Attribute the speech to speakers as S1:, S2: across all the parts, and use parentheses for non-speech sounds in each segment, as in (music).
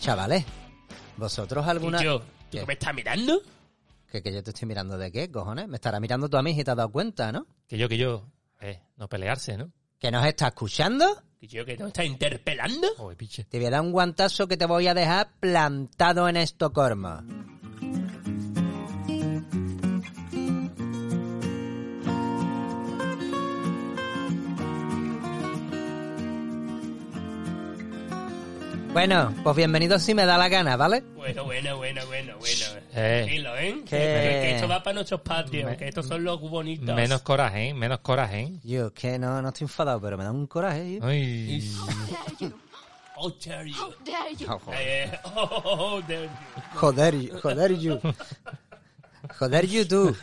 S1: Chavales, ¿vosotros alguna...
S2: Y yo, ¿tú
S1: ¿Qué?
S2: que me estás mirando?
S1: ¿Que, que yo te estoy mirando de qué, cojones? Me estará mirando tú a mí y te has dado cuenta, ¿no?
S2: Que yo, que yo. Eh, no pelearse, ¿no?
S1: ¿Que nos está escuchando?
S2: Que yo, que no está interpelando. Joder, piche.
S1: Te voy a dar un guantazo que te voy a dejar plantado en Estocolmo. Bueno, pues bienvenidos si me da la gana, ¿vale?
S2: Bueno, bueno, bueno, bueno, bueno.
S3: Eh.
S2: Tranquilo, (laughs) ¿eh?
S1: Que-
S2: Que, que esto va para nuestros patios, que estos son los bonitos.
S3: Menos coraje, ¿eh? menos coraje. ¿eh?
S1: Yo que no, no estoy enfadado, pero me da un coraje. yo.
S3: Ay.
S2: Oh, dare you.
S4: dare you?
S2: Eh, (laughs) oh, oh, oh, dare you. (laughs)
S1: Joder, yo- joder, you. Joder, you tú.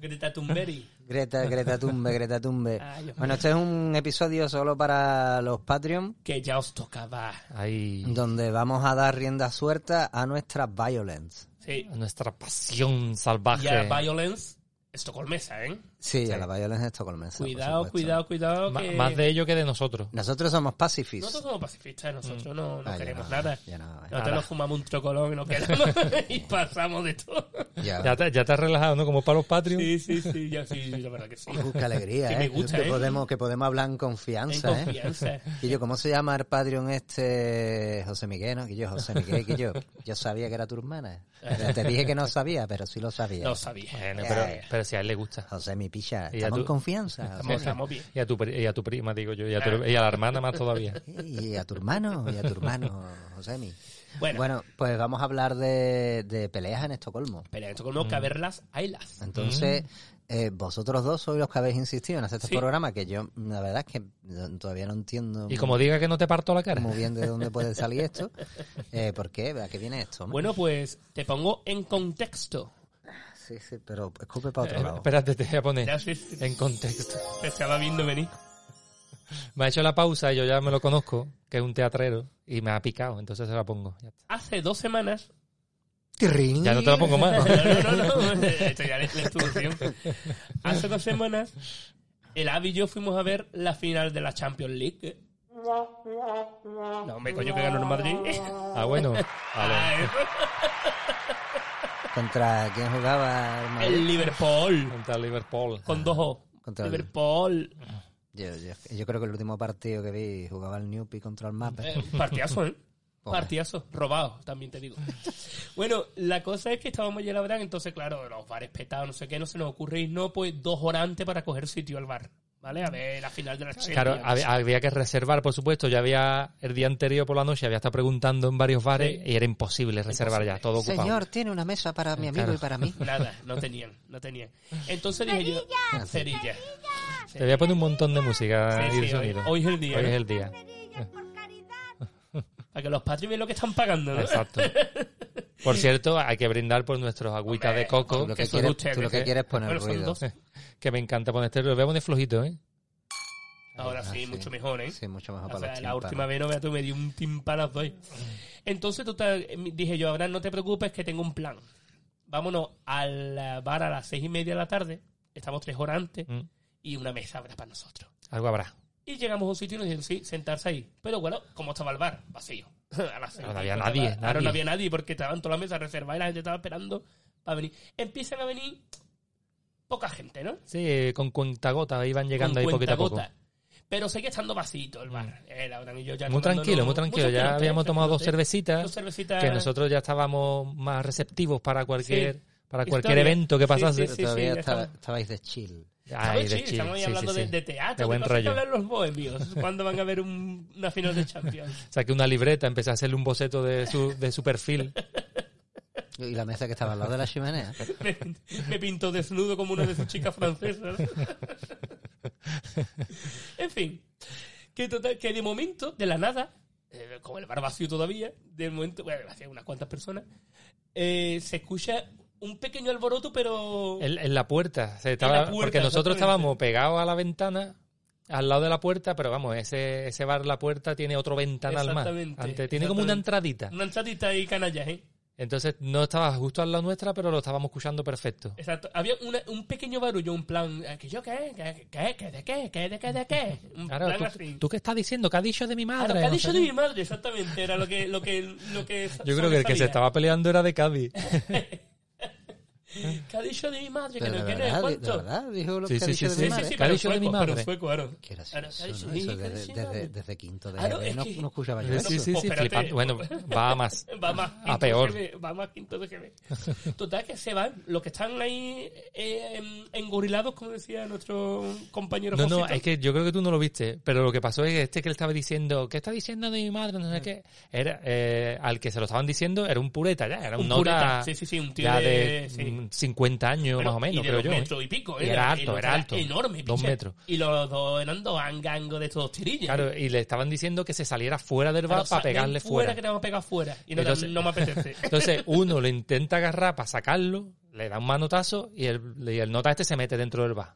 S2: Greta Thunberg.
S1: Greta, Greta Tumbe, Greta Tumbe.
S2: Ay, Dios
S1: Bueno, este es un episodio solo para los Patreon,
S2: Que ya os tocaba.
S3: Ay.
S1: donde vamos a dar rienda suelta a nuestra violence.
S2: Sí.
S3: Nuestra pasión
S2: Y a
S3: salvaje.
S2: Violence, estocolmesa, ¿eh?
S1: Sí, a la violence estocolmesa. por
S2: Cuidado,
S1: supuesto.
S2: cuidado, cuidado.
S3: Ma-
S2: que-
S3: Más de ello que de nosotros.
S1: Nosotros somos pacifistas.
S2: Nosotros somos pacifistas, nosotros no, no
S1: Ah, ya
S2: queremos
S1: no,
S2: nada.
S1: ya no, ya
S2: nosotros
S3: nada.
S2: nos fumamos un trocolón y nos quedamos
S1: (laughs)
S2: y pasamos de todo.
S1: Ya.
S3: Ya te, ya te has relajado, ¿no? Como para los Patreon.
S2: Sí, sí, sí, ya sí, la verdad que sí.
S1: Qué alegría,
S2: Que
S1: ¿eh?
S2: me gusta,
S1: que,
S2: ¿eh?
S1: Podemos, que podemos hablar en
S2: En
S1: confianza, ¿eh?
S2: confianza.
S1: Y yo, ¿cómo se llama el Patreon este? José Miguel, ¿no? Que yo, José Miguel, que yo. Yo sabía que era tu hermana. Ya Te dije que no sabía, pero sí lo sabía.
S2: Lo sabía.
S3: Bueno, pero, pero si a él le gusta.
S1: José, mi picha,
S3: Y a
S1: estamos en
S3: tú-
S1: confianza.
S3: (laughs)
S2: Estamos, estamos bien.
S3: Y a tu, pri- y a tu prima, digo yo. Y a, tu- y a la hermana más todavía.
S1: Y a tu hermano, y a tu hermano, Josemi.
S2: Bueno.
S1: Bueno, pues vamos a hablar de, de peleas en Estocolmo.
S2: Pero en Estocolmo que
S1: Mm.
S2: verlas, haylas.
S3: Mm.
S1: Entonces, eh, vosotros dos sois los que habéis insistido en hacer este
S2: Sí.
S1: programa, que yo, la verdad es que todavía no entiendo
S3: Y como diga que no te parto la (laughs) cara.
S1: muy bien de dónde puede salir
S3: (laughs)
S1: esto. Eh, ¿Por qué? ¿A qué viene esto? hombre?
S2: Bueno, pues te pongo en contexto.
S1: Sí, sí, pero escupe para otro
S3: Eh,
S1: lado.
S3: Espérate, te voy a poner
S2: Gracias.
S3: en contexto.
S2: Te estaba viendo venir.
S3: Me ha hecho la pausa, yo ya me lo conozco, que es un teatrero, y me ha picado, entonces se la pongo. Ya, está.
S2: Hace
S1: (laughs)
S2: dos semanas.
S1: Tirrín.
S3: Ya no te la pongo
S2: No,
S3: más.
S2: (laughs) no, no, no. Esto ya es la introducción. Hace dos semanas, el Avi y yo fuimos a ver la final de la Champions League. No, hombre, coño, que ganó el Madrid. (laughs) Ah, eh.
S3: Ah, bueno. Vale.
S1: ¿Contra quién jugaba el Madrid?
S2: El Liverpool.
S3: Contra el Liverpool.
S2: Con dos O.
S1: Contra el-
S2: Liverpool.
S1: Yo, yo- yo creo que el último partido que vi jugaba el Newpi contra el Mappe.
S2: Eh, partidazo, ¿eh?
S1: Hombre.
S2: Partidazo, robado, también te digo. Bueno, la cosa es que estábamos ya la verdad, entonces, claro, los bares petados, no sé qué, no se nos ocurre ir, no, pues dos horas antes para coger sitio al bar, ¿vale? A ver la final de la Champions.
S3: Claro, hab- había que reservar, por supuesto. Yo había, el día anterior por la noche, había estado preguntando en varios bares y era imposible reservar ya, todo ocupado.
S1: Señor, tiene una mesa para
S2: eh,
S1: mi amigo
S3: Claro.
S1: y para mí.
S2: Nada, no tenían, no tenían. Entonces dije yo, cerilla.
S3: Te voy a poner un montón de música
S2: Sí,
S3: Ah, y
S2: sí,
S3: de
S2: hoy-
S3: sonido.
S2: hoy es el día, ¿eh?
S3: Hoy
S2: ¿no?
S3: es el día.
S2: Para que los patrios vean lo que están pagando, ¿eh? ¿no?
S3: Exacto. Por cierto, hay que brindar por nuestros agüitas de coco,
S1: Lo
S2: Que
S1: que,
S2: son
S1: quieres,
S2: ustedes,
S1: tú lo
S2: ¿eh?
S1: que quieres es poner
S2: Bueno, son
S1: ruido.
S2: dos.
S3: (laughs) que me encanta poner este. Lo voy a poner flojito, ¿eh?
S2: Ahora sí,
S1: Ah, sí.
S2: mucho mejor, ¿eh?
S1: Sí, mucho mejor
S2: O
S1: para
S2: sea,
S1: los
S2: la última
S1: tímpanos.
S2: vez no vea tú me dio un timpanazo ahí. Entonces tú te- dije yo, ahora no te preocupes que tengo un plan. Vámonos al eh, bar a las seis y media de la tarde, estamos tres horas antes,
S3: Mm.
S2: y una mesa habrá para nosotros.
S3: Algo habrá.
S2: Y llegamos a un sitio y nos dijeron, sí, sentarse ahí. Pero bueno, como estaba el bar? Vacío. (laughs) A las seis
S3: Ahora no
S2: y media
S3: había
S2: estaba-
S3: nadie,
S2: Ahora
S3: nadie.
S2: no había nadie porque estaban todas las mesas reservadas y la gente estaba esperando para venir. Empiezan a venir poca gente, ¿no?
S3: Sí, con cuentagotas iban
S2: con
S3: llegando ahí poquito a poco. Mm.
S2: cuentagota. Pero seguía estando vacío el bar. Eh, la verdad, y yo ya
S3: Muy
S2: tomándonos-
S3: tranquilo, muy tranquilo. Ya habíamos tomado dos
S2: tranquilote.
S3: cervecitas.
S2: Dos cervecitas.
S3: que nosotros ya estábamos más receptivos para cualquier
S2: Sí.
S3: para cualquier
S2: Historia.
S3: evento que
S2: Sí,
S3: pasase.
S2: sí,
S1: Pero
S2: sí,
S1: todavía
S2: ya
S1: estaba-
S2: estamos.
S1: estabais de chill.
S2: Ah, Estamos
S3: Ay, de
S2: chill,
S3: chill.
S2: estamos ahí
S3: Sí, sí,
S2: hablando
S3: sí.
S2: De, de teatro.
S3: De buen
S2: cosas que
S3: rollo.
S2: hablan los bohemios. ¿Cuándo van a ver un- una final de
S3: (laughs)
S2: Champions?
S3: Saqué una libreta, empecé a hacerle un boceto de su, de
S2: (laughs)
S3: su perfil.
S1: Y la mesa que estaba al lado de la chimenea.
S2: me, me pintó desnudo como una de sus chicas francesas. en fin. Que, total, que de momento, de la nada, eh, con el bar vacío todavía, de momento, bueno, hacía unas cuantas personas, eh, se escucha un pequeño alboroto, pero...
S3: En, en la puerta. se estaba-
S2: la puerta,
S3: porque nosotros
S2: exactamente.
S3: estábamos pegados a la ventana, al lado de la puerta, pero vamos, ese, ese bar, la puerta, tiene otro ventanal más.
S2: Exactamente,
S3: Antes, tiene como una entradita.
S2: Una entradita y canallas, ¿eh?
S3: Entonces no estaba justo al lado nuestra, pero lo estábamos escuchando perfecto.
S2: Exacto. Había una- un pequeño barullo, un plan, ¿qué yo qué? ¿Qué, qué, qué, de qué, qué, de qué, de qué? Un
S3: Claro,
S2: plan
S3: ¿tú,
S2: así.
S3: tú qué estás diciendo? ¿Qué ha dicho de mi
S2: Ah,
S3: madre?
S2: lo que ha
S3: No
S2: dicho
S3: sé.
S2: de mi madre, exactamente, era lo que... Lo que, lo que
S3: (laughs) Yo creo que el que
S2: sobresalía.
S3: se estaba peleando era
S2: (laughs)
S3: de Cádiz.
S2: ¿Qué ha dicho de mi madre? Que
S1: Pero de
S2: no, que no,
S1: verdad, de- de
S2: ¿cuánto?
S1: verdad, dijo lo
S3: Sí,
S1: que ha
S3: sí,
S1: dicho de mi
S3: sí,
S2: Sí, sí,
S1: madre.
S2: sí,
S3: ¿Qué ha
S2: pero
S3: dicho de
S2: sueco,
S3: mi madre?
S2: Pero sueco, Aaron.
S1: Qué gracioso,
S2: Ahora, ¿qué ha dicho
S1: ¿no?
S2: de mi
S1: Eso
S2: madre?
S1: desde,
S2: Sí,
S1: desde-
S2: madre.
S1: desde quinto de
S2: Ah, no,
S1: GB,
S2: es
S1: no,
S2: que-
S1: no escuchaba yo
S3: Sí,
S1: eso.
S3: sí, sí,
S2: pues, espérate.
S3: flipante. Bueno, va a más.
S2: Va más quinto
S3: A Ah, peor.
S2: GB, va más quinto de GB. Total, que se van. Los que están ahí eh, engorilados, como decía nuestro compañero
S3: No, no,
S2: Josito.
S3: es que yo creo que tú no lo viste, pero lo que pasó es que este que le estaba diciendo, ¿qué está diciendo de mi madre? No sé qué. Era, eh, al que se lo estaban diciendo era un pureta ya, era un,
S2: Un
S3: nota
S2: pureta, sí, sí, sí, un tío
S3: ya
S2: de-
S3: de
S2: sí.
S3: mm, 50 años
S2: Bueno,
S3: más o menos,
S2: y de
S3: creo
S2: dos
S3: yo. ¿eh?
S2: metros y pico, ¿eh?
S3: Y era alto,
S2: el
S3: era alto.
S2: Enorme,
S3: Dos
S2: pinche.
S3: metros.
S2: Y los dos eran dos angangos de estos tirillas.
S3: Claro, y le estaban diciendo que se saliera fuera del bar
S2: Pero salen
S3: para pegarle fuera.
S2: que te vamos a pegar fuera. Y no,
S3: Entonces-
S2: no me apetece.
S3: (laughs)
S2: (laughs)
S3: Entonces uno lo intenta agarrar para sacarlo, le da un manotazo y el, y el nota este se mete dentro del bar.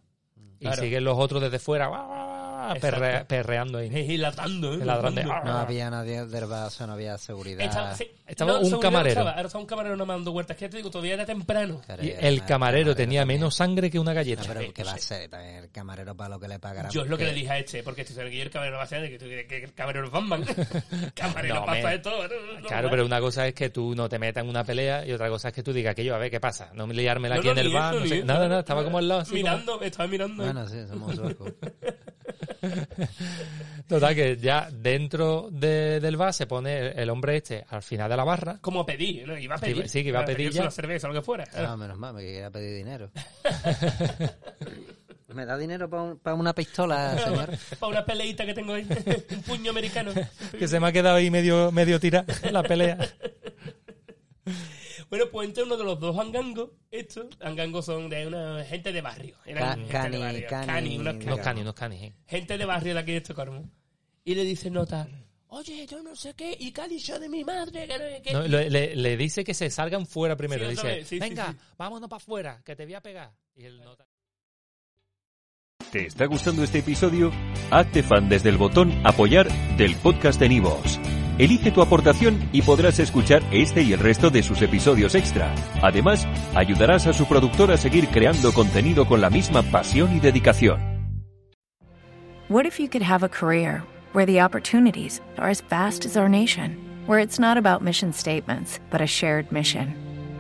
S3: Y
S2: Claro.
S3: siguen los otros desde fuera, guau, guau, guau, perre-
S2: Exacto.
S3: perreando ahí.
S2: y latando, ¿eh?
S3: ladrando.
S2: Ladrando.
S1: No había nadie del vaso, no había seguridad.
S2: Estaba, sí.
S3: Estaba un
S2: seguridad
S3: camarero.
S2: estaba. ahora está un camarero no me dando vueltas. Que ya te digo, todavía era temprano.
S1: Caray,
S3: Y
S1: el
S3: el
S1: camarero
S3: camarero tenía
S1: también.
S3: menos sangre que una
S1: No,
S3: galleta. Eh,
S2: (laughs)
S1: pero ¿qué va a ser? También el camarero para lo que le pagarán.
S2: Yo es lo que le
S1: porque-
S2: dije a este, porque estoy seguro que yo el camarero va a ser, que tú crees que el camarero es
S3: (laughs)
S2: Batman. camarero
S3: No,
S2: pasa
S3: hombre.
S2: de todo. no, no, no,
S3: Claro,
S2: no,
S3: pero una cosa es que tú no te metas en una pelea y otra cosa es que tú digas que yo, a ver, ¿qué pasa? No me liármela
S2: no,
S3: aquí
S2: no,
S3: en el
S2: ni
S3: bar.
S2: eso,
S3: no
S2: ni
S3: sé-
S2: eso,
S3: Nada,
S2: no,
S3: nada, estaba como al lado así. como-
S2: Mirando, me estaba mirando.
S1: Bueno, sí,
S2: (laughs)
S1: somos locos.
S3: Total, que ya dentro de- del bar se pone el hombre este al final de la barra.
S2: Como a pedir, ¿no? Iba a
S3: Sí,
S2: pedir.
S3: sí, que iba a pedir
S2: pedirse
S3: ya. Eh,
S2: una cerveza o lo que fuera.
S1: No, Ah, menos mal, me quería pedir
S2: (laughs)
S1: dinero. ¿Me da dinero para una pistola, señor?
S2: (laughs) Para una peleita que tengo ahí. (laughs) un puño
S1: (laughs)
S2: americano.
S3: Que se me ha quedado ahí medio, medio tira
S2: (laughs)
S3: la pelea.
S2: Bueno, pues entre uno de los dos angangos, estos angangos son de una gente de barrio.
S1: Ca-
S2: Eran gente
S1: cani,
S2: de barrio.
S1: cani,
S2: unos
S3: Unos
S1: digamos.
S3: canis, unos canis. eh.
S2: gente de barrio de aquí de Estocolmo. Y le dice Nota, oye, yo no sé qué, y qué ha dicho de mi madre, que no sé qué.
S3: No, le, le- le dice que se salgan fuera primero.
S2: Sí, otra
S3: dice,
S2: vez, sí, sí,
S3: venga,
S2: sí.
S3: vámonos para afuera, que te voy a pegar. Y él no-
S4: ¿Te está gustando este episodio? Hazte fan desde el botón Apoyar del podcast de Nivos. Elige tu aportación y podrás escuchar este y el resto de sus episodios extra. Además, ayudarás a su productor a seguir creando contenido con la misma pasión y dedicación.
S5: What if you could have a career where the opportunities are as vast as our nation, where it's not about mission statements, but a shared mission?